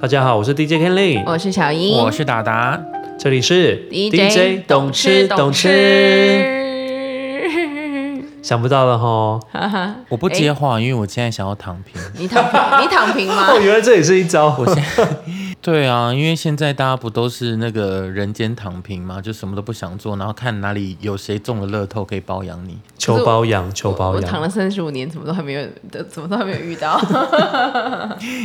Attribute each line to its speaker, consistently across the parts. Speaker 1: 大家好，我是 DJ Kenley，
Speaker 2: 我是小英，
Speaker 3: 我是达达，
Speaker 1: 这里是
Speaker 2: DJ
Speaker 1: 懂吃懂吃。想不到了哦吼！
Speaker 2: 哈哈，
Speaker 3: 我不接话，因为我现在想要躺平。
Speaker 2: 你躺平，你躺 平吗？
Speaker 1: 哦，原来这也是一招。
Speaker 3: 我现在对啊，因为现在大家不都是那个人间躺平嘛，就什么都不想做，然后看哪里有谁中了乐透可以包养你。
Speaker 1: 求包养，求包
Speaker 2: 我躺
Speaker 1: 养。
Speaker 2: 了三十五年，怎么都还没有，怎么都还没有 遇到。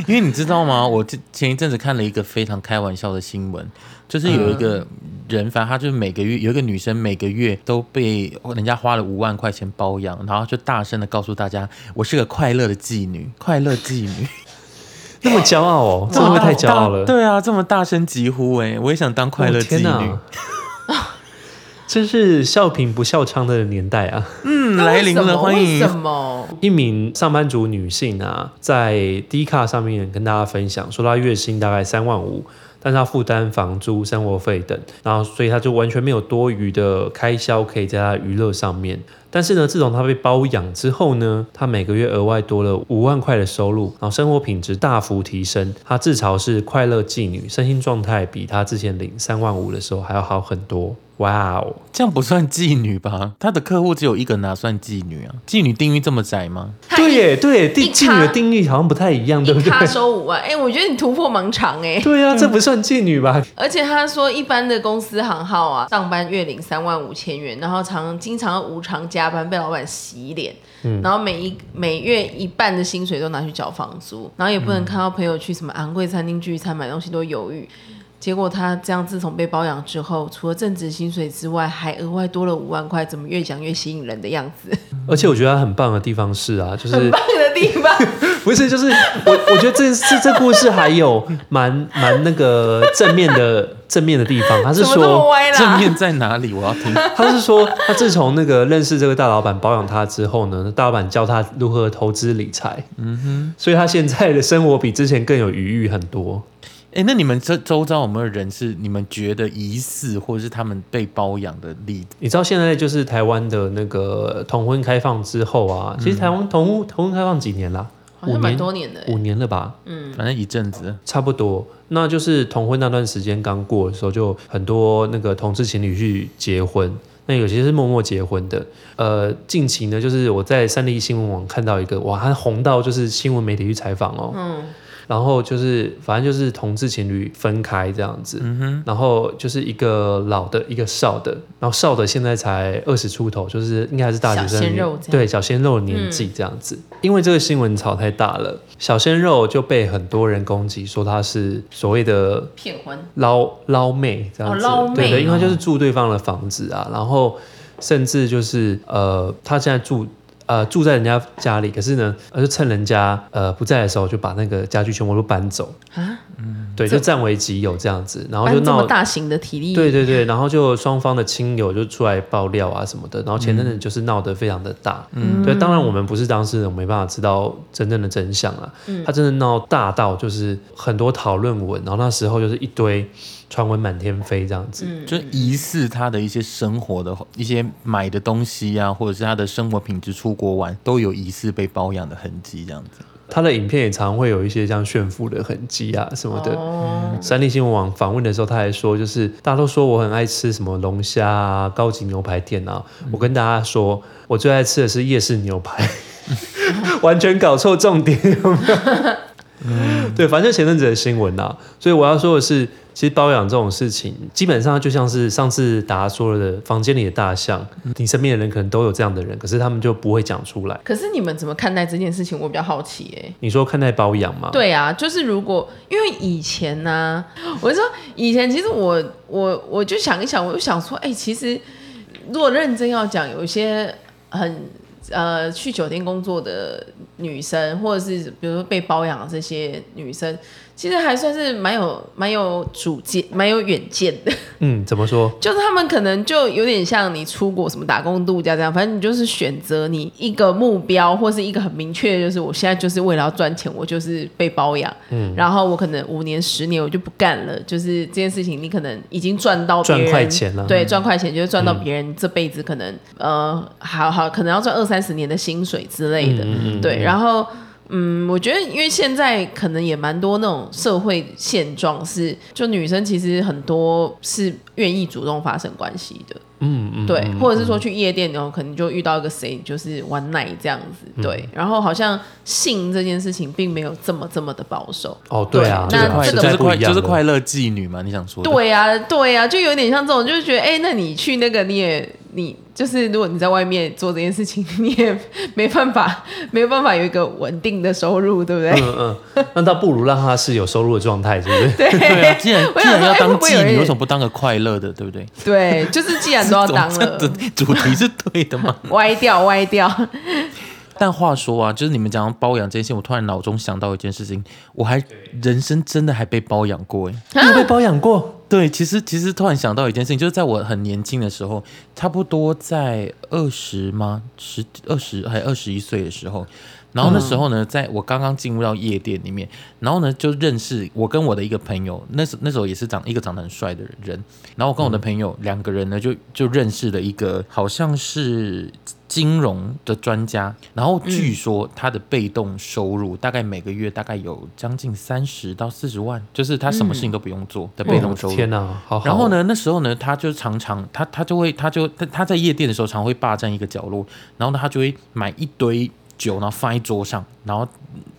Speaker 3: 因为你知道吗？我这前一阵子看了一个非常开玩笑的新闻，就是有一个人，反正他就是每个月有一个女生每个月都被人家花了五万块钱包养，然后就大声的告诉大家，我是个快乐的妓女，快乐妓女。
Speaker 1: 那么骄傲哦，这会不会太骄傲了？
Speaker 3: 大对啊，这么大声疾呼、哎，我也想当快乐
Speaker 1: 哦
Speaker 3: 妓
Speaker 1: 天
Speaker 3: 女。
Speaker 1: 哪！ 这是笑贫不笑娼的年代啊！
Speaker 3: 嗯，来临了，欢
Speaker 2: 为
Speaker 3: 迎
Speaker 2: 什。么？
Speaker 1: 一名上班族女性啊，在 d 卡上面跟大家分享说，她月薪大概三万五，但是她负担房租、生活费等，然后所以她就完全没有多余的开销可以在她的娱乐上面。但是呢，自从她被包养之后呢，她每个月额外多了五万块的收入，然后生活品质大幅提升。她自嘲是快乐妓女，身心状态比她之前领三万五的时候还要好很多。哇哦！
Speaker 3: 这样不算妓女吧？他的客户只有一个，哪算妓女啊？妓女定义这么窄吗？
Speaker 1: 对耶，对耶，定
Speaker 2: 一咖
Speaker 1: 妓女的定义好像不太一样，对不
Speaker 2: 一
Speaker 1: 对？
Speaker 2: 咖收五万，哎、我觉得你突破盲肠 哎、
Speaker 1: 对啊，这不算妓女吧？
Speaker 2: 而且他说，一般的公司行号啊，上班月领三万五千元，然后常经常无偿加班，被老板洗脸，
Speaker 1: 嗯
Speaker 2: 然后每一每月一半的薪水都拿去缴房租，然后也不能看到朋友去什么昂贵餐厅聚餐买东西都犹豫。结果他这样，自从被包养之后，除了正职薪水之外，还额外多了五万块，怎么越讲越吸引人的样子？
Speaker 1: 嗯而且我觉得他很棒的地方是啊，就
Speaker 2: 很
Speaker 1: 是
Speaker 2: 棒的地方，
Speaker 1: 不是 就是我我觉得这这这故事还有蛮蛮那个正面的正面的地方，他是
Speaker 2: 怎么这么
Speaker 1: 说
Speaker 2: 歪啦？
Speaker 3: 正面在哪里？我要听。
Speaker 1: 他是说他自从那个认识这个大老板包养他之后呢，大老板教他如何投资理财，嗯哼，所以他现在的生活比之前更有余裕很多。
Speaker 3: 哎、那你们这周遭有没有人是你们觉得疑似，或者是他们被包养的例子？
Speaker 1: 你知道现在就是台湾的那个同婚开放之后啊，其实台湾同婚同婚开放几年啦？
Speaker 2: 好像
Speaker 1: 五
Speaker 2: 蛮
Speaker 1: 年
Speaker 2: 多年的、欸
Speaker 1: 五，年了吧？
Speaker 3: 反正一阵子，
Speaker 1: 差不多，那就是同婚那段时间刚过的时候，就很多那个同志情侣去结婚，那有些是默默结婚的。呃，近期呢，就是我在三立新闻网看到一个，哇，他红到就是新闻媒体去采访哦，
Speaker 2: 嗯，
Speaker 1: 然后就是反正就是同志情侣分开这样子，然后就是一个老的，一个少的，然后少的现在才二十出头，就是应该还是大学生的
Speaker 2: 小鲜
Speaker 1: 年，
Speaker 2: 肉这样嗯
Speaker 1: 对小鲜肉的年纪这样子。因为这个新闻炒太大了，小鲜肉就被很多人攻击，说他是所谓的
Speaker 2: 骗婚，
Speaker 1: 捞捞妹这样子，
Speaker 2: 哦捞妹
Speaker 1: 对对，因为
Speaker 3: 哦
Speaker 1: 他就是住对方的房子啊，然后甚至就是呃，他现在住。呃，住在人家家里，可是呢，呃，就趁人家呃不在的时候，就把那个家具全部都搬走
Speaker 2: 啊
Speaker 1: 对，就占为己有这样子，然后就
Speaker 2: 搬这么
Speaker 1: 闹，
Speaker 2: 大型的体力，
Speaker 1: 对对对，然后就双方的亲友就出来爆料啊什么的，然后前阵子就是闹得非常的大，嗯，对，当然我们不是当事人，我没办法知道真正的真相啊，嗯，他真的闹大到就是很多讨论文，然后那时候就是一堆传闻满天飞这样子，
Speaker 2: 嗯
Speaker 3: 就疑似他的一些生活的一些买的东西啊，或者是他的生活品质，出国玩都有疑似被包养的痕迹，这样子。
Speaker 1: 他的影片也常会有一些像炫富的痕迹啊什么的，
Speaker 2: 哦，
Speaker 1: 三立新闻网访问的时候，他还说，就是大家都说我很爱吃什么龙虾啊、高级牛排店啊，我跟大家说，我最爱吃的是夜市牛排，完全搞错重点，有没有？ 对，反正前阵子的新闻啊，所以我要说的是，其实包养这种事情，基本上就像是上次达说的，房间里的大象，你身边的人可能都有这样的人，可是他们就不会讲出来。
Speaker 2: 可是你们怎么看待这件事情？我比较好奇哎、
Speaker 1: 你说看待包养吗？
Speaker 2: 对啊，就是如果因为以前呢、 我就说以前其实我我我就想一想，我就想说，哎、其实如果认真要讲，有一些很呃去酒店工作的女生，或者是比如说被包养的这些女生，其实还算是蛮有蛮有主见、蛮有远见的。
Speaker 1: 嗯，怎么说？
Speaker 2: 就是他们可能就有点像你出国什么打工度假这样，反正你就是选择你一个目标或是一个很明确的，就是我现在就是为了要赚钱，我就是被包养，嗯，然后我可能五年十年我就不干了，就是这件事情你可能已经赚到别人
Speaker 1: 赚快钱了嗯
Speaker 2: 对，赚快钱就是赚到别人这辈子可
Speaker 1: 嗯
Speaker 2: 能、呃，好好可能要赚二三十年的薪水之类的，对，然后。嗯，我觉得因为现在可能也蛮多那种社会现状是，就女生其实很多是愿意主动发生关系的，
Speaker 1: 嗯嗯，
Speaker 2: 对，
Speaker 1: 嗯
Speaker 2: 或者是说去夜店，然后可能就遇到一个谁就是玩奶这样
Speaker 1: 嗯
Speaker 2: 子，对，然后好像性这件事情并没有这么这么的保守，
Speaker 1: 哦，对啊，
Speaker 2: 对
Speaker 1: 对
Speaker 2: 那
Speaker 1: 啊
Speaker 2: 这
Speaker 1: 时
Speaker 2: 个
Speaker 1: 代
Speaker 3: 就是
Speaker 1: 不
Speaker 3: 快
Speaker 1: 一样
Speaker 3: 就是
Speaker 1: 了
Speaker 3: 快乐妓女嘛？你想说的？
Speaker 2: 对呀、对啊呀、就有点像这种，就是觉得，哎、那你去那个，你也你就是，如果你在外面做这件事情， 你也没办法，没有办法有一个稳定的收入，对不对？
Speaker 1: 嗯嗯，那倒不如让他是有收入的状态，是不是？
Speaker 2: 对
Speaker 3: 对啊，既然
Speaker 2: 我
Speaker 3: 既
Speaker 2: 想
Speaker 3: 然
Speaker 2: 说
Speaker 3: 要
Speaker 2: 哎
Speaker 3: 当
Speaker 2: 会不会有
Speaker 3: 妓女，
Speaker 2: 人
Speaker 3: 为什么不当个快乐的，对不对？
Speaker 2: 对，就是既 然都要当
Speaker 3: 这
Speaker 2: 了，
Speaker 3: 种这主题是对的吗？
Speaker 2: 歪掉歪掉，
Speaker 3: 但话说啊，就是你们讲到包养这件事情，我突然脑中想到一件事情，我还人生真的还被包养过哎。
Speaker 1: 你有被包养过？
Speaker 3: 对，其实其实突然想到一件事情，就是在我很年轻的时候，差不多在二十吗？十二十还二十一岁的时候，然后那时候呢，在我刚刚进入到夜店里面，然后呢就认识我跟我的一个朋友，那时那时候也是长一个长得很帅的人，然后我跟我的朋友、两个人呢就就认识了一个好像是金融的专家，然后据说他的被动收入大概每个月大概有将近三十到四十万，就是他什么事情都不用做的被动收入。
Speaker 1: 天哪、好好。
Speaker 3: 然后？呢，那时候呢，他就常常他他就会他就他他在夜店的时候常会霸占一个角落，然后呢，他就会买一堆酒，然后放在桌上，然后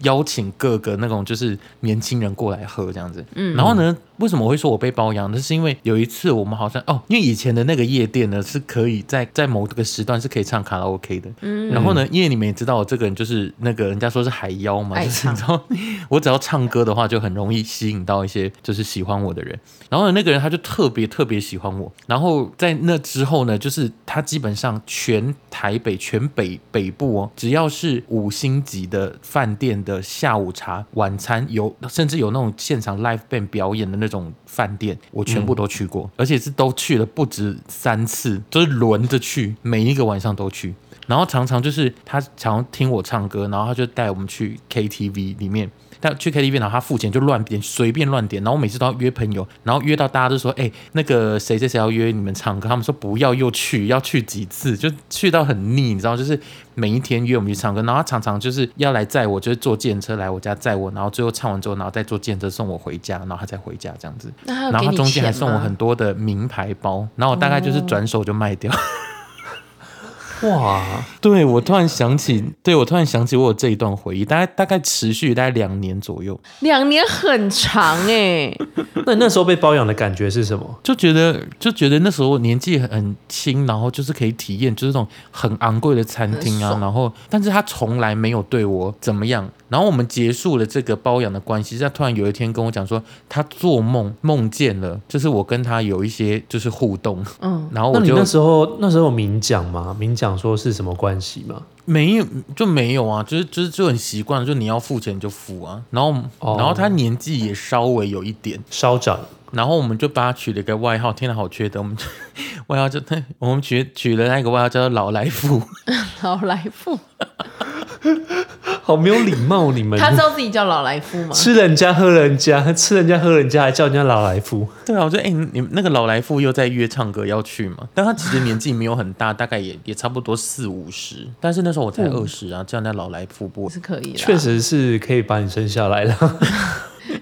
Speaker 3: 邀请各个那种就是年轻人过来喝这样子。嗯，然后呢，为什么我会说我被包养？那是因为有一次我们好像哦，因为以前的那个夜店呢是可以在在某个时段是可以唱卡拉 OK 的。嗯，然后呢，因为你们也知道我这个人就是那个人家说是海妖嘛，
Speaker 2: 爱
Speaker 3: 就是
Speaker 2: 唱
Speaker 3: 你知道，我只要唱歌的话就很容易吸引到一些就是喜欢我的人。然后呢，那个人他就特别特别喜欢我。然后在那之后呢，就是他基本上全台北、全北北部哦，只要是五星级的饭店的下午茶、晚餐，有甚至有那种现场 live band 表演的那种饭店，我全部都去过，而且是都去了不止三次，就是轮着去，每一个晚上都去。然后常常就是他常常听我唱歌，然后他就带我们去 KTV 里面，但去 KTV 然后他付钱就乱点，随便乱点，然后我每次都要约朋友，然后约到大家都说，哎、那个谁谁谁要约你们唱歌，他们说不要又去，要去几次，就去到很腻，你知道，就是每一天约我们去唱歌，然后他常常就是要来载我，就是坐电车来我家载我，然后最后唱完之后，然后再坐电车送我回家，然后他再回家这样子，
Speaker 2: 那他有
Speaker 3: 然后
Speaker 2: 给
Speaker 3: 他
Speaker 2: 你
Speaker 3: 中间还
Speaker 2: 钱
Speaker 3: 送我
Speaker 2: 吗哦
Speaker 3: 很多的名牌包，然后我大概就是转手就卖掉。
Speaker 1: 哇，
Speaker 3: 对我突然想起，对我突然想起我有这一段回忆，大概大概持续大概两年左右，
Speaker 2: 两年很长哎、
Speaker 1: 那你那时候被包养的感觉是什么？
Speaker 3: 就觉得就觉得那时候年纪很轻，然后就是可以体验就是那种很昂贵的餐厅
Speaker 2: 很
Speaker 3: 啊
Speaker 2: 爽，
Speaker 3: 然后但是他从来没有对我怎么样，然后我们结束了这个包养的关系，他突然有一天跟我讲说，他做梦梦见了，就是我跟他有一些就是互动，
Speaker 2: 嗯，
Speaker 3: 然后
Speaker 1: 那
Speaker 3: 哦我
Speaker 1: 你
Speaker 3: 就
Speaker 1: 那时候那时候有明讲吗？明讲说是什么关系吗？
Speaker 3: 没有就没有啊，就是就是就很习惯，就你要付钱就付啊，然后、
Speaker 1: 哦
Speaker 3: 然后他年纪也稍微有一点。
Speaker 1: 稍长，
Speaker 3: 然后我们就把他取了一个外号，天哪，好缺德！我们就 外号就我们取取了那个外号叫做老来富，
Speaker 2: 老来富，
Speaker 1: 好没有礼貌，你们
Speaker 2: 他知道自己叫老来富吗？
Speaker 1: 吃人家喝人家，吃人家喝人家，还叫人家老来福。
Speaker 3: 对啊，我说哎、你们那个老来富又在约唱歌要去嘛？但他其实年纪没有很大，大概也 也差不多四五十，但是那时候我才二十啊，叫人家老来富不
Speaker 2: 是可以啦，
Speaker 1: 确实是可以把你生下来了。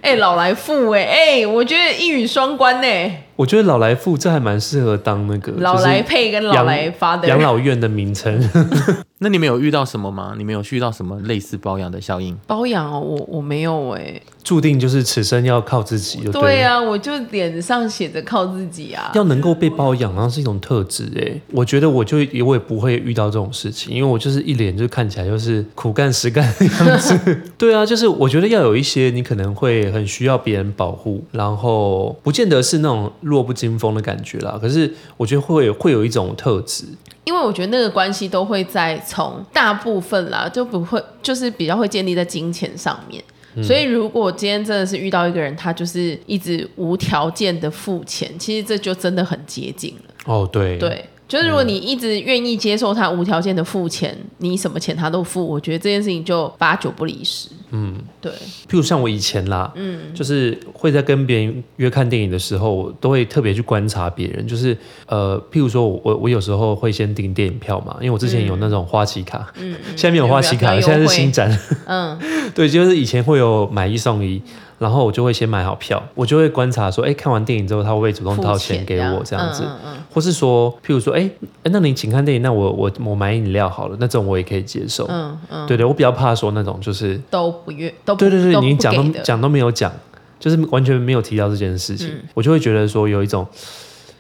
Speaker 2: 哎、老来富哎、哎、我觉得一语双关呢、
Speaker 1: 我觉得老来富这还蛮适合当那个
Speaker 2: 老来
Speaker 1: 就是
Speaker 2: 配跟老
Speaker 1: 养
Speaker 2: 来发的
Speaker 1: 养老院的名称。
Speaker 3: 那你们有遇到什么吗？你们有遇到什么类似包养的效应？
Speaker 2: 包养哦，我我没有哎、
Speaker 1: 注定就是此生要靠自己就
Speaker 2: 对
Speaker 1: 了。
Speaker 2: 啊，我就脸上写着靠自己啊。
Speaker 1: 要能够被包养，然后是一种特质哎、我觉得我就也我也不会遇到这种事情，因为我就是一脸就看起来就是苦干实干的样 子。对啊，就是我觉得要有一些你可能会很需要别人保护，然后不见得是那种弱不禁风的感觉啦。可是我觉得会有会有一种特质，
Speaker 2: 因为我觉得那个关系都会在从大部分啦，就不会就是比较会建立在金钱上面。
Speaker 1: 嗯
Speaker 2: 所以，如果今天真的是遇到一个人，他就是一直无条件的付钱，其实这就真的很接近了。
Speaker 1: 哦，对，
Speaker 2: 对，就是如果你一直愿意接受他无条件的付钱，你什么钱他都付，我觉得这件事情就八九不离十。
Speaker 1: 嗯，
Speaker 2: 对，
Speaker 1: 譬如像我以前啦，
Speaker 2: 嗯，
Speaker 1: 就是会在跟别人约看电影的时候，我都会特别去观察别人。就是呃，譬如说我我我有时候会先订电影票嘛，因为我之前有那种花旗卡，
Speaker 2: 嗯，嗯
Speaker 1: 现在没有花旗卡了，
Speaker 2: 有
Speaker 1: 现在是
Speaker 2: 有优
Speaker 1: 新
Speaker 2: 惠
Speaker 1: 展。
Speaker 2: 嗯，
Speaker 1: 对，就是以前会有买一送一，然后我就会先买好票，我就会观察说，哎，看完电影之后他会不会主动
Speaker 2: 付
Speaker 1: 掏钱给我这样子。
Speaker 2: 嗯嗯
Speaker 1: 或是说，譬如说，哎、诶那你请看电影，那我我我买饮料好了，那种我也可以接受。
Speaker 2: 嗯嗯，
Speaker 1: 对对，我比较怕说那种就是
Speaker 2: 都不愿都不
Speaker 1: 对对对，
Speaker 2: 都不
Speaker 1: 你讲
Speaker 2: 给
Speaker 1: 都
Speaker 2: 的
Speaker 1: 讲都没有讲，就是完全没有提到这件事情，
Speaker 2: 嗯
Speaker 1: 我就会觉得说有一种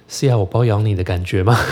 Speaker 1: 是要我包养你的感觉吗？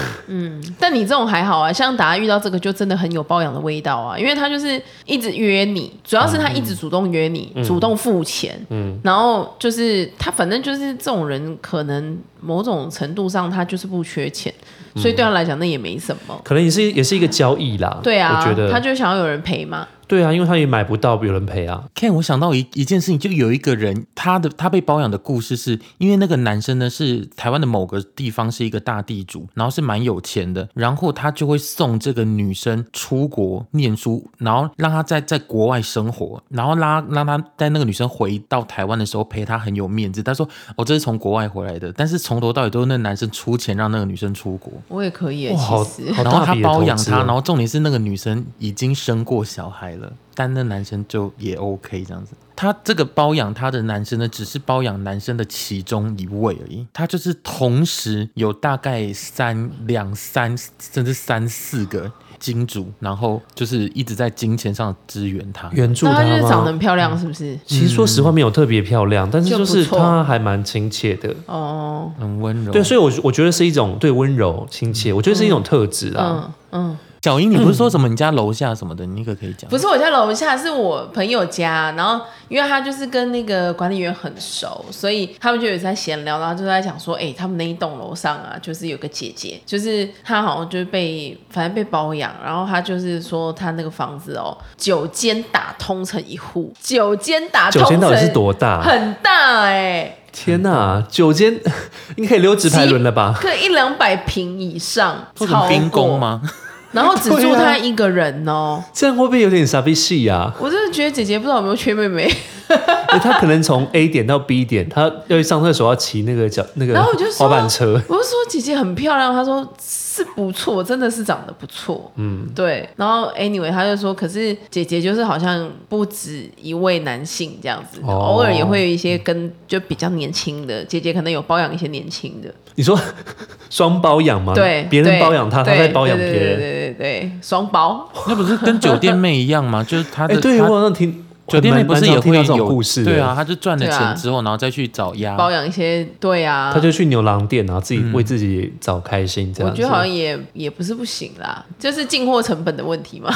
Speaker 2: 但你这种还好啊，像达遇到这个就真的很有包养的味道啊，因为他就是一直约你，主要是他一直主动约你，
Speaker 1: 嗯
Speaker 2: 主动付钱，嗯，然后就是他反正就是这种人，可能某种程度上他就是不缺钱，
Speaker 1: 嗯
Speaker 2: 所以对他来讲那也没什么。
Speaker 1: 可能也是也是一个交易啦。
Speaker 2: 对啊，
Speaker 1: 我觉得
Speaker 2: 他就想要有人陪嘛，
Speaker 1: 对啊，因为他也买不到有人陪啊。
Speaker 3: Ken，我想到一一件事情，就有一个人，他的他被包养的故事是，因为那个男生呢是台湾的某个地方是一个大地主，然后是蛮有钱的，然后他就会送这个女生出国念书，然后让她在在国外生活，然后拉让她带那个女生回到台湾的时候陪她很有面子。他说：“哦，这是从国外回来的，但是从头到尾都是那个男生出钱让那个女生出国。”
Speaker 2: 我也可以耶、
Speaker 1: 哇，好
Speaker 2: 其实。
Speaker 1: 好
Speaker 3: 然后
Speaker 1: 大
Speaker 3: 哦他
Speaker 1: 笔的
Speaker 3: 包养
Speaker 1: 投资
Speaker 3: 她，
Speaker 1: 哦
Speaker 3: 然后重点是那个女生已经生过小孩了，但那男生就也 OK 这样子。他这个包养他的男生呢，只是包养男生的其中一位而已，他就是同时有大概三两三甚至三四个金主，然后就是一直在金钱上支援他。
Speaker 1: 援助
Speaker 2: 那
Speaker 1: 他嗯
Speaker 2: 他就是长得
Speaker 1: 吗？
Speaker 2: 很漂亮，是不是？
Speaker 1: 其实说实
Speaker 3: 嗯
Speaker 1: 话没有特别漂亮，但是
Speaker 2: 就
Speaker 1: 就
Speaker 2: 不
Speaker 1: 是
Speaker 2: 错
Speaker 1: 他还蛮亲切的。
Speaker 2: 哦，
Speaker 3: 很温柔。
Speaker 1: 对，所以我我觉得是一种对温柔亲切，我觉得是一种特质啊。
Speaker 2: 嗯嗯，
Speaker 3: 小英，你不是说什么你家楼下什么的，你可可以讲？
Speaker 2: 不是我家楼下，是我朋友家。然后因为他就是跟那个管理员很熟，所以他们就有在闲聊，然后就在讲说，哎、他们那一栋楼上啊，就是有个姐姐，就是她好像就是被反正被包养，然后她就是说她那个房子哦，九间打通成一户，九间打通
Speaker 1: 九
Speaker 2: 成
Speaker 1: 间到底是多大？啊
Speaker 2: 啊很大哎、
Speaker 1: 天哪、九间 应该可以溜直排轮了吧？
Speaker 2: 可一两百平以上，
Speaker 3: 做成
Speaker 2: 超
Speaker 3: 冰
Speaker 2: 过
Speaker 3: 宫？吗？
Speaker 2: 然后只
Speaker 1: 对
Speaker 2: 住
Speaker 1: 啊
Speaker 2: 她一个人哦，
Speaker 1: 这样会不会有点傻逼戏 呀？
Speaker 2: 我真的觉得姐姐不知道有没有缺妹妹。
Speaker 1: 欸他可能从 A 点到 B 点，他要去上厕所要骑那个脚那个
Speaker 2: 然后我就
Speaker 1: 滑
Speaker 2: 说
Speaker 1: 板车，
Speaker 2: 我就说姐姐很漂亮，她说是不错，真的是长得不错，嗯，对。然后 anyway，她就说，可是姐姐就是好像不止一位男性这样子，
Speaker 1: 哦
Speaker 2: 偶尔也会有一些跟就比较年轻的姐姐，可能有包养一些年轻的，
Speaker 1: 你说 双包养吗？
Speaker 2: 对，
Speaker 1: 啊别人
Speaker 2: 对
Speaker 1: 包养他，他
Speaker 2: 对
Speaker 1: 在包养别
Speaker 2: 对对对
Speaker 1: 人。
Speaker 2: 对对对，双包，
Speaker 3: 那不是跟酒店妹一样吗？就是他
Speaker 1: 哎，
Speaker 3: 的
Speaker 1: 对
Speaker 3: 他
Speaker 1: 我好像听
Speaker 3: 酒店妹
Speaker 1: 蛮
Speaker 3: 不是
Speaker 1: 蛮常
Speaker 3: 也
Speaker 1: 听
Speaker 3: 会
Speaker 1: 到
Speaker 3: 有
Speaker 1: 这种故事的？
Speaker 3: 对啊，他就赚了
Speaker 2: 对啊
Speaker 3: 钱之后，然后再去找鸭。
Speaker 2: 包养一些，对啊，
Speaker 1: 他就去牛郎店，然后自
Speaker 3: 嗯
Speaker 1: 己为自己找开心，这
Speaker 2: 我
Speaker 1: 样
Speaker 2: 觉
Speaker 1: 子
Speaker 2: 得。好像也也不是不行啦，就是进货成本的问题嘛。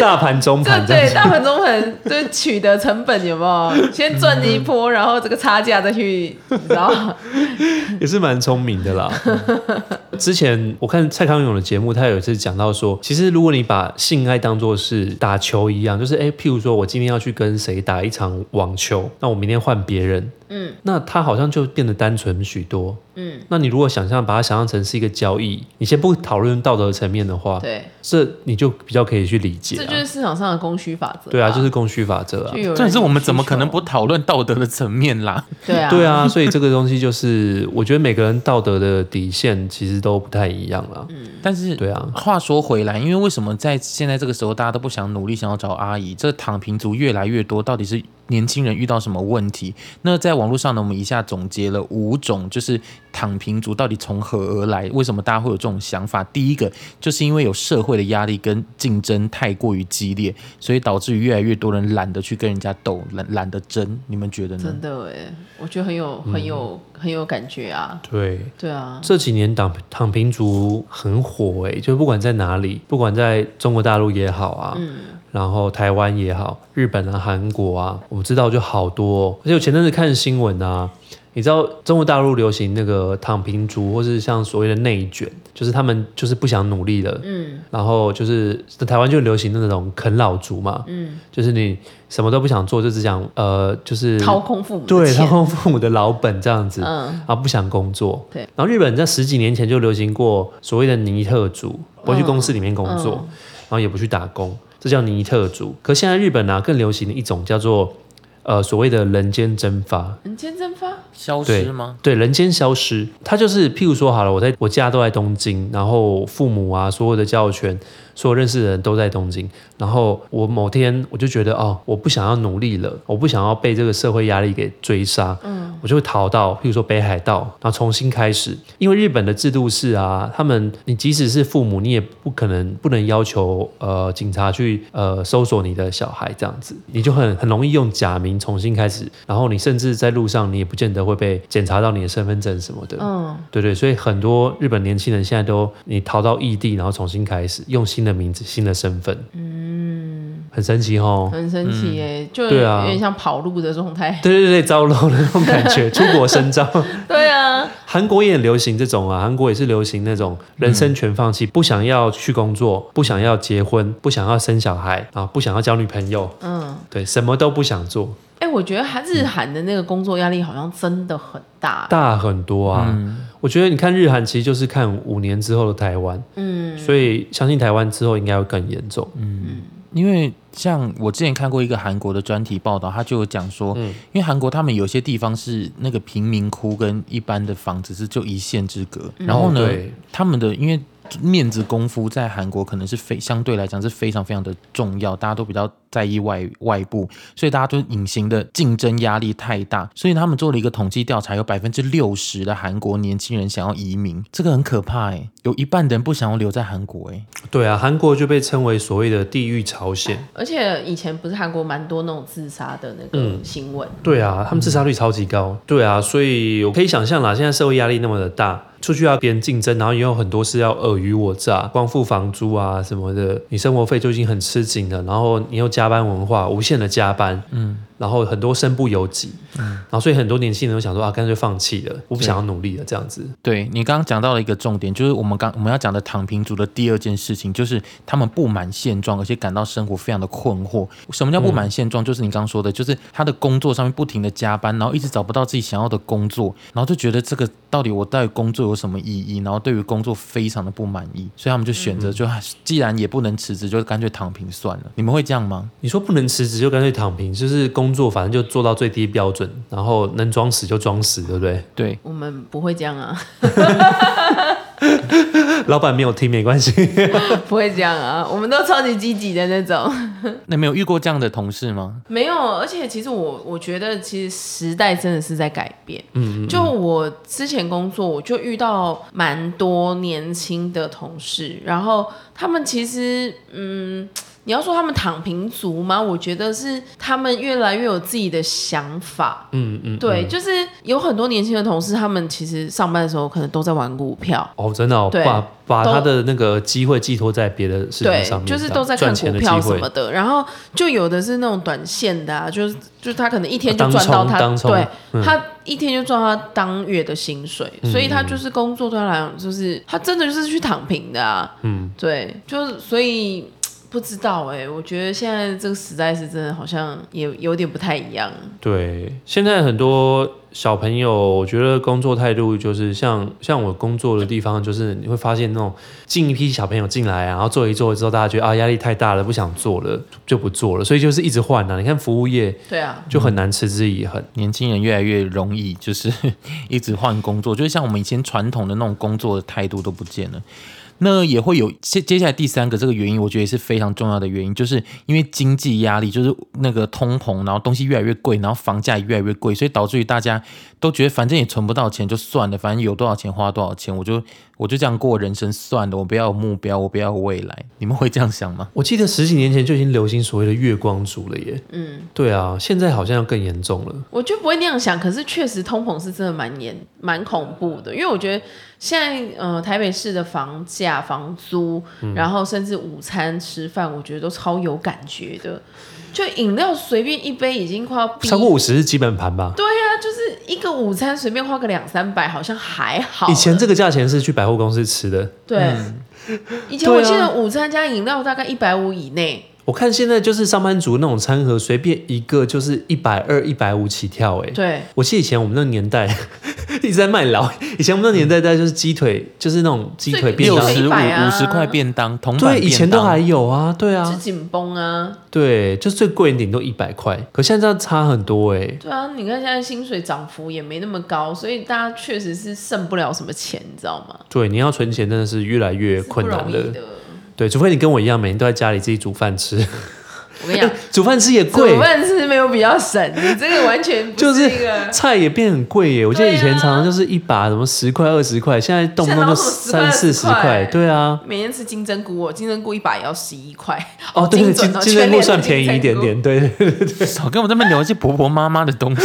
Speaker 1: 大盘 中
Speaker 2: 这
Speaker 1: 盘这样
Speaker 2: 对
Speaker 1: 子，
Speaker 2: 大盘中盘就是取得成本有没有？先赚一波，然后这个差价再去，你知道 吗？
Speaker 1: 也是蛮聪明的 啦。之前我看蔡康永的节目，他有一次讲到说，其实如果你把性爱当做是打球一样，就是诶，譬如说我今天要去跟谁打一场网球，那我明天换别人，嗯，那他好像就变得单纯许多，嗯。那你如果想象把它想象成是一个交易，你先不讨论道德层面的话，
Speaker 2: 对，
Speaker 1: 这你就比较可以去理解、
Speaker 2: 这就
Speaker 1: 啊。
Speaker 2: 是市场上的供需法则吧。
Speaker 1: 对啊，就是供需法则啊
Speaker 2: 就。有人
Speaker 3: 但是我们
Speaker 2: 需
Speaker 3: 怎么可能
Speaker 2: 求
Speaker 3: 不讨论道德的层面啦？
Speaker 2: 对啊？
Speaker 1: 对，啊，所以这个东西就是，我觉得每个人道德的底线其实都不太一样啦。
Speaker 2: 嗯
Speaker 3: 但是
Speaker 1: 对啊，
Speaker 3: 呃话说回来，因为为什么在现在这个时候大家都不想努力，想要找阿姨？这躺平族越来越多，到底是年轻人遇到什么问题？那在网络上呢，我们一下总结了五种，就是躺平族到底从何而来？为什么大家会有这种想法？第一个就是因为有社会的压力跟竞争太过于激烈，所以导致于越来越多人懒得去跟人家斗，懒懒得争。你们觉得呢
Speaker 2: 真？的哎，我觉得很有很有
Speaker 1: 嗯
Speaker 2: 很有感觉啊。
Speaker 1: 对，
Speaker 2: 对啊，
Speaker 1: 这几年躺躺平族很火诶、就不管在哪里，不管在中国大陆也好啊，
Speaker 2: 嗯
Speaker 1: 然后台湾也好，日本啊、韩国啊，我们知道就好多、哦。而且我前阵子看新闻啊，你知道中国大陆流行那个躺平族，或是像所谓的内卷，就是他们就是不想努力了，
Speaker 2: 嗯
Speaker 1: 然后就是台湾就流行那种啃老族嘛，
Speaker 2: 嗯，
Speaker 1: 就是你什么都不想做，就只想呃，就是
Speaker 2: 掏空父母的
Speaker 1: 对
Speaker 2: 钱
Speaker 1: 掏空父母的老本这样子。
Speaker 2: 嗯，
Speaker 1: 啊，不想工作。
Speaker 2: 对，
Speaker 1: 然后日本在十几年前就流行过所谓的尼特族，不会去公司里面工作，然后也不去打工，这这叫尼特族。可现在日本啊，更流行的一种叫做呃所谓的人间蒸发，
Speaker 2: 人间蒸发，
Speaker 3: 消
Speaker 1: 对
Speaker 3: 失吗？
Speaker 1: 对，人间消失，它就是譬如说好了，我在我家都在东京，然后父母啊，所有的交友圈，所有认识的人都在东京，然后我某天我就觉得哦，我不想要努力了，我不想要被这个社会压力给追杀，嗯，我就会逃到譬如说北海道，然后重新开始，因为日本的制度是啊，他们你即使是父母，你也不可能不能要求呃警察去呃搜索你的小孩这样子，你就很很容易用假名重新开始，然后你甚至在路上你也不见得会被检查到你的身份证什么的，
Speaker 2: 嗯，
Speaker 1: 对对，所以很多日本年轻人现在都你逃到异地，然后重新开始，用新的名字、新的身份，嗯，很神奇哦。
Speaker 2: 很神奇耶，就有
Speaker 1: 对啊
Speaker 2: 点像跑路的 状态。
Speaker 1: 对对对，糟漏的那种感觉，出国深造。
Speaker 2: 对啊，
Speaker 1: 韩国也很流行这种啊，韩国也是流行那种人生
Speaker 3: 嗯
Speaker 1: 全放弃，不想要去工作，不想要结婚，不想要生小孩啊，不想要交女朋友，
Speaker 2: 嗯，
Speaker 1: 对，什么都不想做，
Speaker 2: 哎，我觉得韩日韩的那个工作压力好像真的很大。
Speaker 1: 大很多啊。
Speaker 3: 嗯
Speaker 1: 我觉得你看日韩，其实就是看五年之后的台湾，
Speaker 2: 嗯，
Speaker 1: 所以相信台湾之后应该会更严重。
Speaker 3: 因为像我之前看过一个韩国的专题报道，他就有讲说，
Speaker 1: 嗯
Speaker 3: 因为韩国他们有些地方是那个贫民窟跟一般的房子是就一线之隔，然后呢，
Speaker 1: 哦对
Speaker 3: 他们的因为面子功夫在韩国可能是非相对来讲是非常非常的重要，大家都比较在意外外部，所以大家就隐形的竞争压力太大，所以他们做了一个统计调查，有百分之六十的韩国年轻人想要移民，这个很可怕哎、有一半的人不想要留在韩国哎、
Speaker 1: 对啊，韩国就被称为所谓的地狱朝鲜。
Speaker 2: 而且以前不是韩国蛮多那种自杀的那个新闻，
Speaker 1: 对啊，他们自杀率超级高。对啊，所以我可以想象啦，现在社会压力那么的大，出去要别人竞争，然后也有很多是要尔虞我诈，光付房租啊什么的，你生活费就已经很吃紧了，然后你又加班文化，无限的加班，嗯，然后很多身不由己，嗯，然后所以很多年轻人都想说啊，干脆放弃了，我不想要努力了，这样子。
Speaker 3: 对你刚刚讲到了一个重点，就是我们刚我们要讲的躺平族的第二件事情，就是他们不满现状，而且感到生活非常的困惑。什么叫不满现状？就是你刚刚说的，就是他的工作上面不停的加班，然后一直找不到自己想要的工作，然后就觉得这个到底我到底工作有什么意义？然后对于工作非常的不满意，所以他们就选择就、啊既然也不能辞职，就干脆躺平算了。你们会这样吗？
Speaker 1: 你说不能辞职就干脆躺平，就是工作反正就做到最低标准，然后能装死就装死，对不对？
Speaker 3: 对，
Speaker 2: 我们不会这样啊，
Speaker 1: 老板没有听没关系。
Speaker 2: 不会这样啊，我们都超级积极的那种。
Speaker 3: 那没有遇过这样的同事吗？
Speaker 2: 没有，而且其实我我觉得，其实时代真的是在改变。嗯就我之前工作，我就遇到蛮多年轻的同事，然后他们其实，嗯，你要说他们躺平族吗？我觉得是他们越来越有自己的想法。
Speaker 1: 嗯嗯，
Speaker 2: 对，就是有很多年轻的同事，他们其实上班的时候可能都在玩股票，
Speaker 1: 哦，真的、哦，
Speaker 2: 对
Speaker 1: 把把
Speaker 2: 都
Speaker 1: 他的那个机会寄托在别的事情
Speaker 2: 对
Speaker 1: 上，面，
Speaker 2: 就是
Speaker 1: 这样
Speaker 2: 都在看
Speaker 1: 赚钱
Speaker 2: 股
Speaker 1: 的机
Speaker 2: 票什
Speaker 1: 会
Speaker 2: 么。的，然后就有的是那种短线的啊，就是就是他可能一天就
Speaker 1: 啊当
Speaker 2: 赚到
Speaker 1: 冲
Speaker 2: 他，
Speaker 1: 当冲
Speaker 2: 对、
Speaker 1: 嗯
Speaker 2: 他一天就赚他当月的薪水，所以他
Speaker 1: 嗯
Speaker 2: 就是工作对他来讲，就是他真的就是去躺平的啊，
Speaker 1: 嗯，
Speaker 2: 对，就是所以。不知道哎、我觉得现在这个时代是真的好像也有点不太一样。
Speaker 1: 对，现在很多小朋友，我觉得工作态度就是像像我工作的地方，就是你会发现那种进一批小朋友进来啊，然后做一做之后，大家觉得啊压力太大了，不想做了，就不做了，所以就是一直换啊。你看服务业
Speaker 2: 对啊，
Speaker 1: 就很难持之以恒。
Speaker 3: 年轻人越来越容易就是 一直换工作，就是像我们以前传统的那种工作的态度都不见了。那也会有接接下来第三个这个原因，我觉得也是非常重要的原因，就是因为经济压力，就是那个通膨，然后东西越来越贵，然后房价也越来越贵，所以导致于大家都觉得反正也存不到钱就算了，反正有多少钱花多少钱，我就我就这样过人生算了，我不要有目标，我不要有未来。你们会这样想吗？
Speaker 1: 我记得十几年前就已经流行所谓的月光族了耶。
Speaker 2: 嗯，
Speaker 1: 对啊，现在好像更严重了。
Speaker 2: 我就不会那样想，可是确实通膨是真的蛮严、蛮恐怖的，因为我觉得现在呃台北市的房价、房租，
Speaker 1: 嗯
Speaker 2: 然后甚至午餐吃饭，我觉得都超有感觉的。就饮料随便一杯已经快要逼
Speaker 1: 超过五十是基本盘吧？
Speaker 2: 对啊，就是一个午餐随便花个两三百，好像还好了。
Speaker 1: 以前这个价钱是去百货公司吃的，
Speaker 2: 对，以前
Speaker 1: 对啊
Speaker 2: 我记得午餐加饮料大概一百五以内，
Speaker 1: 我看现在就是上班族那种餐盒，随便一个就是一百二、一百五起跳、欸，哎，
Speaker 2: 对，
Speaker 1: 我记得以前我们那个年代 一直在卖老，以前我们那个年代代就是鸡腿，就是那种鸡腿便
Speaker 3: 六
Speaker 1: 当，
Speaker 2: 最
Speaker 3: 十五
Speaker 2: 100啊
Speaker 3: 五十块便当，铜板
Speaker 1: 对，
Speaker 3: 便当
Speaker 1: 以前都还有啊，对
Speaker 2: 是
Speaker 1: 啊，
Speaker 2: 紧绷啊。
Speaker 1: 对，就最贵顶多一百块，可现在这样差很多哎、欸
Speaker 2: 对啊，你看现在薪水涨幅也没那么高，所以大家确实是剩不了什么钱，你知道吗？
Speaker 1: 对，你要存钱真的是越来越
Speaker 2: 是不
Speaker 1: 困难
Speaker 2: 容易
Speaker 1: 了。
Speaker 2: 的。
Speaker 1: 对，除非你跟我一样，每天都在家里自己煮饭吃，
Speaker 2: 我跟你讲，
Speaker 1: 煮饭吃也 贵
Speaker 2: 煮，饭是没有比较省，你这个完全 不
Speaker 1: 就是
Speaker 2: 一个。
Speaker 1: 菜也变很贵耶。我记得
Speaker 2: 对啊
Speaker 1: 以前常常就是一把什么十块二十块，现在动不动就
Speaker 2: 现在
Speaker 1: 三
Speaker 2: 哪有什
Speaker 1: 四
Speaker 2: 么
Speaker 1: 十
Speaker 2: 10块
Speaker 1: 块。对啊，
Speaker 2: 每天吃金针菇，我金针菇一把也要十一块。
Speaker 1: 哦，对对，
Speaker 2: 精
Speaker 1: 金
Speaker 2: 准哦
Speaker 1: 金针菇算便
Speaker 2: 全
Speaker 1: 宜
Speaker 2: 脸
Speaker 1: 一
Speaker 2: 的金
Speaker 1: 点
Speaker 2: 针菇
Speaker 1: 点，对，对
Speaker 3: 少跟我这边聊一些婆婆妈妈的东西。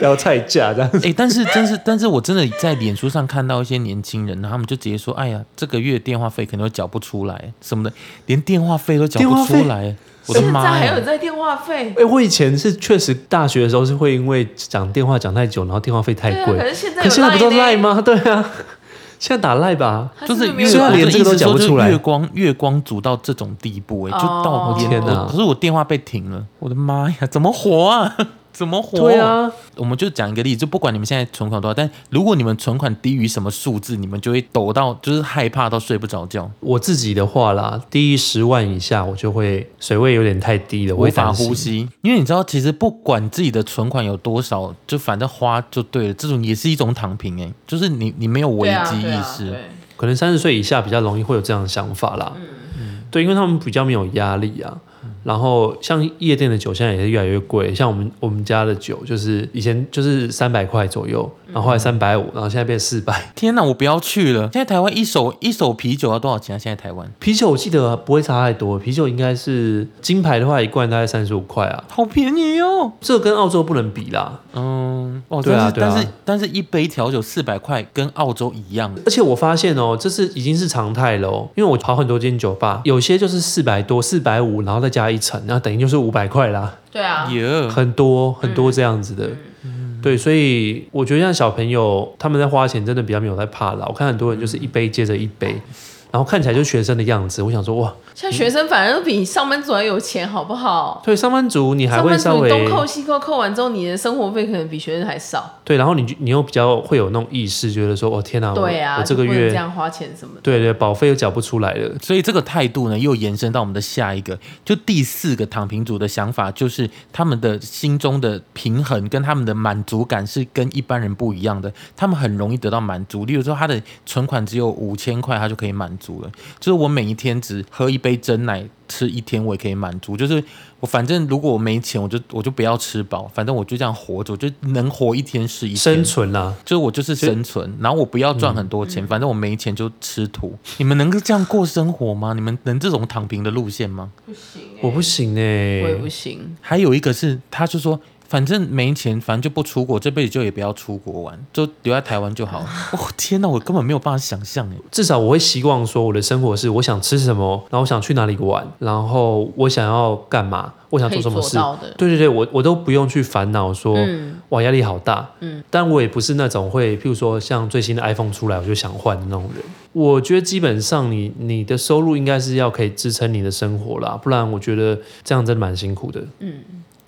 Speaker 1: 聊菜价这样。
Speaker 3: 哎、但是真是，但是我真的在脸书上看到一些年轻人，然后他们就直接说：“哎呀，这个月电话费可能都缴不出来什么的，连电话费都缴
Speaker 1: 电话
Speaker 3: 不
Speaker 1: 费
Speaker 3: 出来。”我的
Speaker 2: 现在
Speaker 3: 妈
Speaker 2: 还有
Speaker 3: 呀！
Speaker 2: 在电话费，
Speaker 1: 哎、我以前是确实大学的时候是会因为讲电话讲太久，然后电话费太
Speaker 2: 对啊，
Speaker 1: 贵。
Speaker 2: 可是现在
Speaker 1: 可
Speaker 2: 有
Speaker 1: 现在不都赖
Speaker 2: 赖？
Speaker 1: 吗？ 对啊，现在打赖吧。
Speaker 2: 它
Speaker 3: 就是是
Speaker 2: 没有
Speaker 1: 所以他连这个都缴不出来
Speaker 3: 月光月光族到这种地步、哎，就到
Speaker 2: 哦
Speaker 3: 我连
Speaker 1: 天哪
Speaker 3: 我可是我电话被停了，我的妈呀，怎么活啊？怎么活？
Speaker 1: 对，啊，
Speaker 3: 我们就讲一个例子，就不管你们现在存款多少，但如果你们存款低于什么数字，你们就会抖到，就是害怕到睡不着觉，
Speaker 1: 我自己的话啦，低于十万以下，我就会水位有点太低了，我
Speaker 3: 无
Speaker 1: 会
Speaker 3: 法
Speaker 1: 担心
Speaker 3: 呼。吸。因为你知道，其实不管自己的存款有多少，就反正花就对了，这种也是一种躺平哎、就是你你没有危
Speaker 2: 对啊
Speaker 3: 机
Speaker 2: 对
Speaker 3: 意
Speaker 2: 啊
Speaker 3: 识。
Speaker 2: 对
Speaker 1: 可能三十岁以下比较容易会有这样的想法啦。对，因为他们比较没有压力啊。然后像夜店的酒现在也是越来越贵，像我们我们家的酒就是以前就是三百块左右，然后后来三百五，然后现在变四百。
Speaker 3: 天哪，我不要去了！现在台湾一手一手啤酒要多少钱啊？现在台湾
Speaker 1: 啤酒我记得不会差太多，啤酒应该是金牌的话一罐大概三十五块啊，
Speaker 3: 好便宜哦。
Speaker 1: 这跟澳洲不能比啦。
Speaker 3: 嗯，哦，
Speaker 1: 对啊对啊
Speaker 3: 但是但是但是一杯调酒四百块，跟澳洲一样。
Speaker 1: 而且我发现哦，这是已经是常态了、哦，因为我跑很多间酒吧，有些就是四百多、四百五，然后再加一层，然后等于就是五百块啦，
Speaker 2: 对嗯啊，
Speaker 3: 耶、
Speaker 1: 很多很多这样子的。对，所以我觉得像小朋友他们在花钱真的比较没有在怕啦。我看很多人就是
Speaker 2: 嗯
Speaker 1: 一杯接着一杯，然后看起来就学生的样子。我想说哇，
Speaker 2: 现在学生反而比上班族还有钱，好不好？
Speaker 1: 对，上班族你还
Speaker 2: 上
Speaker 1: 会
Speaker 2: 班
Speaker 1: 稍
Speaker 2: 族
Speaker 1: 微
Speaker 2: 你东扣西扣，扣完之后，你的生活费可能比学生还少。
Speaker 1: 对，然后你就你又比较会有那种意识，觉得说哦天哪，我
Speaker 2: 对啊，
Speaker 1: 我这个
Speaker 2: 就不能
Speaker 1: 月
Speaker 2: 这样花钱什么的，
Speaker 1: 对对保费又缴不出来了。
Speaker 3: 所以这个态度呢，又延伸到我们的下一个，就第四个躺平族的想法，就是他们的心中的平衡跟他们的满足感是跟一般人不一样的。他们很容易得到满足，例如说他的存款只有五千块，他就可以满足了。就是我每一天只喝一杯真奶，吃一天我也可以满足。就是我反正如果我没钱，我就我就不要吃饱，反正我就这样活着，我就能活一天是一天
Speaker 1: 生。存啦、
Speaker 3: 就是我就是生存，然后我不要赚很多钱，反正我没钱就吃土。你们能够这样过生活吗？你们能这种躺平的路线吗？
Speaker 2: 不行
Speaker 1: 我不行哎、
Speaker 2: 我也不行。
Speaker 3: 还有一个是，他就说。反正没钱，反正就不出国，这辈子就也不要出国玩，就留在台湾就 好了。哦天哪，我根本没有办法想象哎。
Speaker 1: 至少我会希望说，我的生活是我想吃什么，然后我想去哪里玩，然后我想要干嘛，我想
Speaker 2: 可
Speaker 1: 做
Speaker 2: 以
Speaker 1: 什么
Speaker 2: 做
Speaker 1: 事。
Speaker 2: 到的。
Speaker 1: 对对对，我我都不用去烦恼说，
Speaker 2: 嗯
Speaker 1: 哇压力好大。
Speaker 2: 嗯，
Speaker 1: 但我也不是那种会，譬如说像最新的 iPhone 出来我就想换的那种人。我觉得基本上你你的收入应该是要可以支撑你的生活啦，不然我觉得这样真的蛮辛苦的。
Speaker 2: 嗯，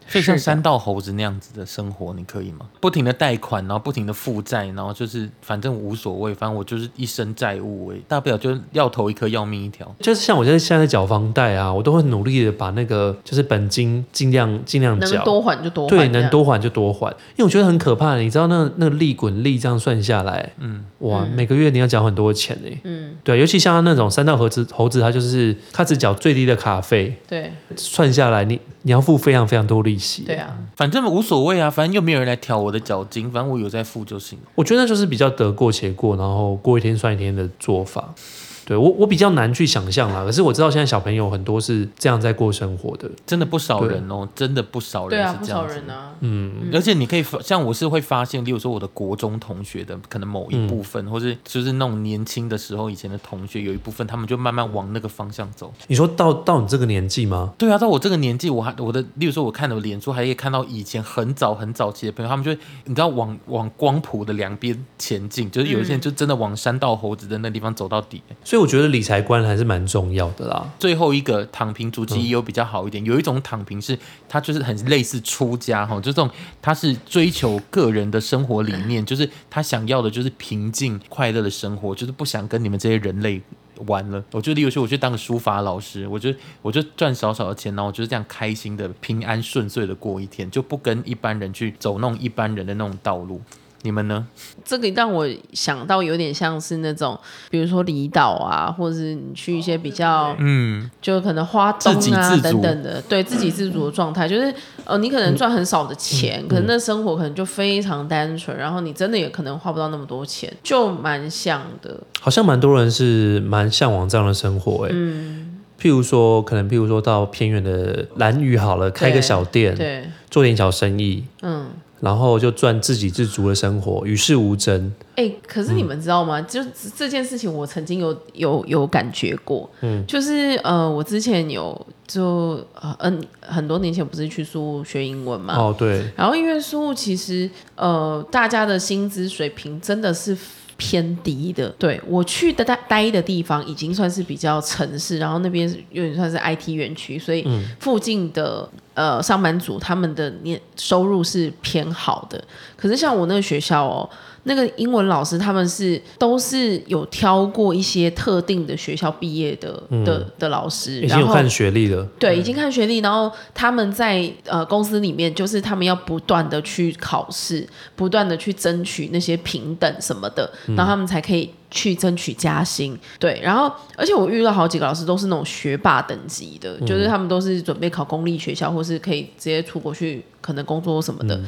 Speaker 3: 所以像
Speaker 2: 是的
Speaker 3: 山道猴子那样子的生活，你可以吗？不停的贷款，然后不停的负债，然后就是反正无所谓，反正我就是一身债务哎，大不了就要头一颗要命一条。
Speaker 1: 就是像我现在现在缴房贷啊，我都会努力的把那个就是本金尽量尽量
Speaker 2: 能
Speaker 1: 缴，
Speaker 2: 多还就多还，
Speaker 1: 对，能多还就多还，因为我觉得很可怕。你知道那那个利滚利这样算下来，嗯，哇，每个月你要缴很多钱呢、欸
Speaker 2: 嗯，
Speaker 1: 对，尤其像他那种三道猴子，猴子他就是他只缴最低的卡费，
Speaker 2: 对
Speaker 1: 算下来你你要付非常非常多利息。
Speaker 2: 对，啊，
Speaker 3: 反正无所谓啊，反正又没有人来挑我的脚筋，反正我有在付就行。
Speaker 1: 我觉得那就是比较得过且过，然后过一天算一天的做法。对我我比较难去想象啦，可是我知道现在小朋友很多是这样在过生活的。
Speaker 3: 真的不少人哦，真的不少
Speaker 2: 对啊，
Speaker 3: 人
Speaker 2: 不
Speaker 3: 是这
Speaker 2: 少
Speaker 3: 样子。
Speaker 2: 人啊，
Speaker 1: 嗯，
Speaker 3: 而且你可以发像我是会发现，例如说我的国中同学的可能某一部分，或是就是那种年轻的时候以前的同学，有一部分他们就慢慢往那个方向走。
Speaker 1: 你说到到你这个年纪吗？
Speaker 3: 对啊，到我这个年纪，我还我的，例如说我看我脸书，还可以看到以前很早很早期的朋友，他们就你知道往
Speaker 2: 嗯
Speaker 3: 往光谱的两边前进，就是有一些人就真的往山道猴子的那地方走到底。
Speaker 1: 所以以我觉得理财观还是蛮重要的啦。
Speaker 3: 最后一个躺平族
Speaker 1: 嗯
Speaker 3: 记忆又比较好一点，有一种躺平是他就是很类似出家哈，就这种他是追求个人的生活理 念，就是他想要的就是平静快乐的生活，就是不想跟你们这些人类。玩了，我就例如说，我去当个书法老师，我就我就赚少少的钱，然后我就是这样开心的、平安顺遂的过一天，就不跟一般人去走那种一般人的那种道路。你们呢？
Speaker 2: 这个让我想到有点像是那种，比如说离岛啊，或者是你去一些比较，
Speaker 3: 嗯，
Speaker 2: 就可能花东
Speaker 3: 自给
Speaker 2: 啊
Speaker 3: 自
Speaker 2: 等
Speaker 3: 足
Speaker 2: 等的，对自给自足的状态，就是呃，你可能赚很少的钱，可能那生活可能就非常单纯，然后你真的也可能花不到那么多钱，就蛮像的。
Speaker 1: 好像蛮多人是蛮向往这样的生活、欸，嗯，譬如说，可能譬如说到偏远的蓝屿好了，开个小店，
Speaker 2: 对，
Speaker 1: 做点小生意，
Speaker 2: 嗯，
Speaker 1: 然后就赚自给自足的生活，与世无争。
Speaker 2: 哎、可是你们知道吗？就这这件事情，我曾经有有有感觉过，嗯，就是呃，我之前有就呃嗯、很多年前不是去苏学英文嘛，
Speaker 1: 哦，对，
Speaker 2: 然后因为苏其实呃，大家的薪资水平真的是。偏低的，对我去的待待的地方已经算是比较城市，然后那边有点算是 IT 园区，所以
Speaker 1: 嗯
Speaker 2: 附近的、呃上班族他们的年收入是偏好的。可是像我那个学校哦，那个英文老师他们是都是有挑过一些特定的学校毕业的、的的老师，
Speaker 1: 嗯已经
Speaker 2: 然
Speaker 1: 有
Speaker 2: 后
Speaker 1: 看学历了，
Speaker 2: 对，已经看学历，然后他们在呃公司里面，就是他们要不断的去考试，不断的去争取那些平等什么的，然后他们才可以去争取加薪。对，然后而且我遇到好几个老师都是那种学霸等级的，就是他们都是准备考公立学校，或是可以直接出国去可能工作什么的。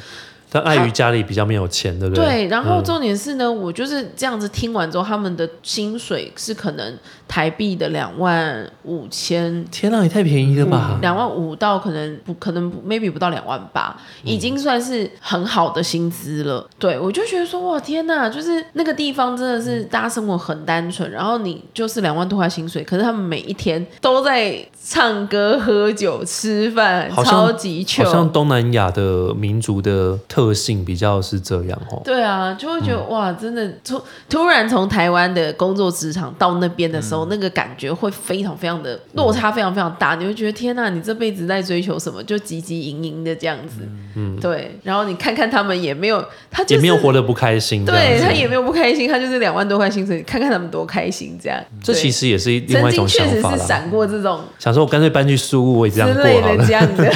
Speaker 1: 但碍于家里比较没有钱，对不对？
Speaker 2: 对，然后重点是呢，我就是这样子听完之后，他们的薪水是可能台币的两万五千
Speaker 1: 天啊，也太便宜了吧！
Speaker 3: 嗯
Speaker 2: 两万五到可能不可能不 maybe 不到两万八，已
Speaker 1: 嗯
Speaker 2: 经算是很好的薪资了。对我就觉得说，哇天呐，就是那个地方真的
Speaker 1: 嗯
Speaker 2: 是大家生活很单纯，然后你就是两万多块薪水，可是他们每一天都在唱歌、喝酒、吃饭，
Speaker 1: 好像
Speaker 2: 超级穷
Speaker 1: 好。像东南亚的民族的特性比较是这样哦。
Speaker 2: 对啊，就会觉得、哇，真的突突然从台湾的工作职场到那边的时候，那个感觉会非常非常的落差，非常非常大。你会觉得天呐，你这辈子在追求什么？就汲汲营营的这样子，
Speaker 1: 嗯
Speaker 2: 对。然后你看看他们也没有，他就是
Speaker 1: 啊也没有活得不开心，
Speaker 2: 对
Speaker 1: 这样
Speaker 2: 他
Speaker 1: 子
Speaker 2: 也没有不开心，他就是两万多块薪水，看看他们多开心这样。
Speaker 1: 这
Speaker 2: 对
Speaker 1: 其实也是另
Speaker 2: 曾
Speaker 1: 外一
Speaker 2: 经
Speaker 1: 种
Speaker 2: 确
Speaker 1: 想
Speaker 2: 实
Speaker 1: 法
Speaker 2: 是
Speaker 1: 啦。
Speaker 2: 闪过这种
Speaker 1: 想说我干脆搬去苏屋，我也这样
Speaker 2: 之
Speaker 1: 过
Speaker 2: 类
Speaker 1: 好
Speaker 2: 的
Speaker 1: 了
Speaker 2: 这。样的。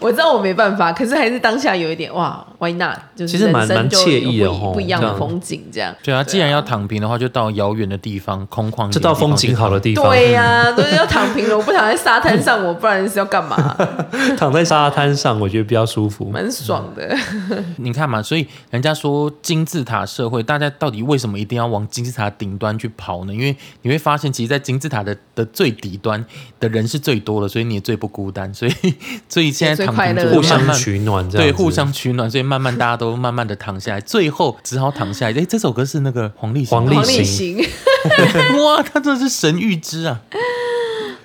Speaker 2: 我知道我没办法，可是还是当下有一点哇，Why not？就是
Speaker 1: 其实蛮
Speaker 2: 人生
Speaker 1: 蛮
Speaker 2: 就
Speaker 1: 惬
Speaker 2: 有
Speaker 1: 意的
Speaker 2: 不一
Speaker 1: 吼
Speaker 2: 不一样
Speaker 1: 这
Speaker 2: 的
Speaker 1: 样
Speaker 2: 风景这样。
Speaker 3: 对啊，既然
Speaker 2: 对啊
Speaker 3: 要躺平的话，就到遥远的地方，空旷一点的地方
Speaker 1: 这到风景好的地
Speaker 3: 去
Speaker 1: 方，
Speaker 2: 对呀、都是要躺平了，我不躺在沙滩上，我不然是要干嘛？
Speaker 1: 躺在沙滩上，我觉得比较舒服。
Speaker 2: 蛮爽的。
Speaker 3: 躺。你看嘛，所以人家说金字塔社会，大家到底为什么一定要往金字塔呃顶端去跑呢？因为你会发现，其实，在金字塔的的最底端的人是最多的，所以你也最不孤单。所以， 所以现在躺平
Speaker 2: 也最快乐
Speaker 3: 就
Speaker 1: 互
Speaker 3: 慢
Speaker 1: 相
Speaker 3: 慢
Speaker 1: 取暖，这样
Speaker 3: 对，
Speaker 1: 子
Speaker 3: 互相取暖，所以慢慢大家都慢慢的躺下来，最后只好躺下来。哎，这首歌是那个黄立行
Speaker 1: 黄
Speaker 3: 的，
Speaker 1: 立
Speaker 2: 黄立
Speaker 1: 行
Speaker 2: 行，
Speaker 3: 哇，他真的是神预知啊！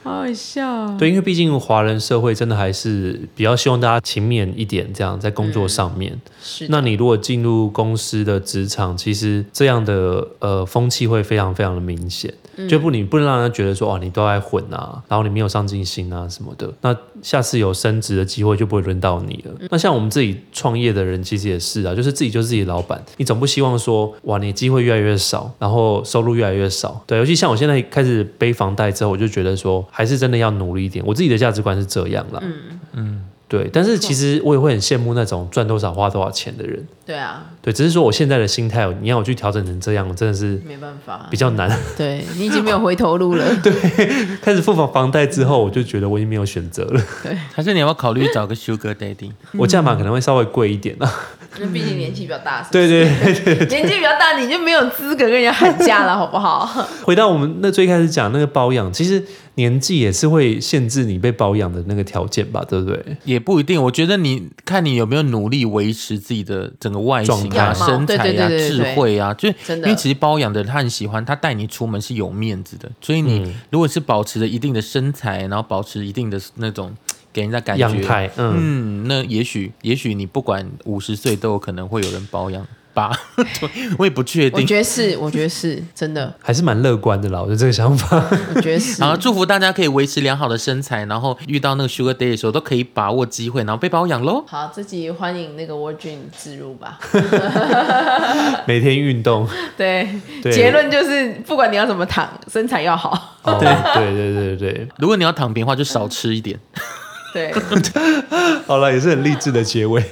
Speaker 2: 好好笑哦。
Speaker 1: 对，因为毕竟华人社会真的还是比较希望大家勤勉一点，这样在工作上面。
Speaker 2: 是的
Speaker 1: 那你如果进入公司的职场，其实这样的呃风气会非常非常的明显，
Speaker 2: 嗯
Speaker 1: 就不你不能让人家觉得说哦你都在混啊，然后你没有上进心啊什么的。那下次有升职的机会就不会轮到你了。
Speaker 2: 嗯
Speaker 1: 那像我们自己创业的人，其实也是啊，就是自己就是自己的老板，你总不希望说哇你机会越来越少，然后收入越来越少。对，尤其像我现在开始背房贷之后，我就觉得说还是真的要努力一点。我自己的价值观是这样啦。嗯嗯。对，但是其实我也会很羡慕那种赚多少花多少钱的人，
Speaker 2: 对啊，
Speaker 1: 对，只是说我现在的心态，你要我去调整成这样，真的是
Speaker 2: 没办法
Speaker 1: 比，较难。
Speaker 2: 对你已经没有回头路了。对，
Speaker 1: 开始付房房贷之后，我就觉得我已经没有选择了。
Speaker 3: 还是你要不要考虑找个 Sugar Daddy？
Speaker 1: 我价码可能会稍微贵一点啊。
Speaker 2: 因为毕竟年纪比较大，是不
Speaker 1: 对对，
Speaker 2: 是年纪比较大，你就没有资格跟人家喊 价了，好不好？
Speaker 1: 回到我们那最开始讲那个包养，其实年纪也是会限制你被包养的那个条件吧，对不对？
Speaker 3: 也不一定，我觉得你看你有没有努力维持自己的整个外形
Speaker 1: 状态
Speaker 3: 啊、身材
Speaker 2: 对对
Speaker 3: 啊、
Speaker 2: 对对对
Speaker 3: 智慧啊，就是
Speaker 2: 真
Speaker 3: 因
Speaker 2: 的
Speaker 3: 为其实包养的人他很喜欢，他带你出门是有面子的，所以你
Speaker 2: 嗯
Speaker 3: 如果是保持着一定的身材，然后保持一定的那种给人家感
Speaker 1: 样
Speaker 3: 觉。
Speaker 1: 态，嗯，
Speaker 3: 嗯，那也许也许你不管五十岁都有可能会有人包养，吧， 我也不确
Speaker 2: 我
Speaker 3: 定。
Speaker 2: 觉得是，我觉得是真的，
Speaker 1: 还是蛮乐观的啦，我觉得这个想法。
Speaker 2: 我觉得是。
Speaker 3: 好，祝福大家可以维持良好的身材，然后遇到那个 Sugar Day 的时候都可以把握机会，然后被保养喽。
Speaker 2: 好，自己欢迎那个 Virgin 植入 吧。
Speaker 1: 每天运动，
Speaker 2: 对，
Speaker 1: 对
Speaker 2: 结论就是，不管你要怎么躺，身材要好。
Speaker 1: 哦， 对对对对
Speaker 3: 如果你要躺平的话，就少吃一点。
Speaker 2: 对，
Speaker 1: 对， 好了，也是很励志的结尾。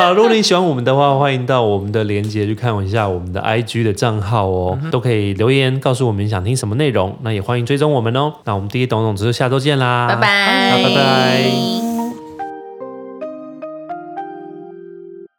Speaker 1: 好，如果你喜欢我们的话，欢迎到我们的链接去看一下我们的 IG 的账号哦，都可以留言告诉我们想听什么内容。那也欢迎追踪我们哦。那我们第一懂懂之后下周见啦，
Speaker 2: 拜拜，
Speaker 1: 拜拜。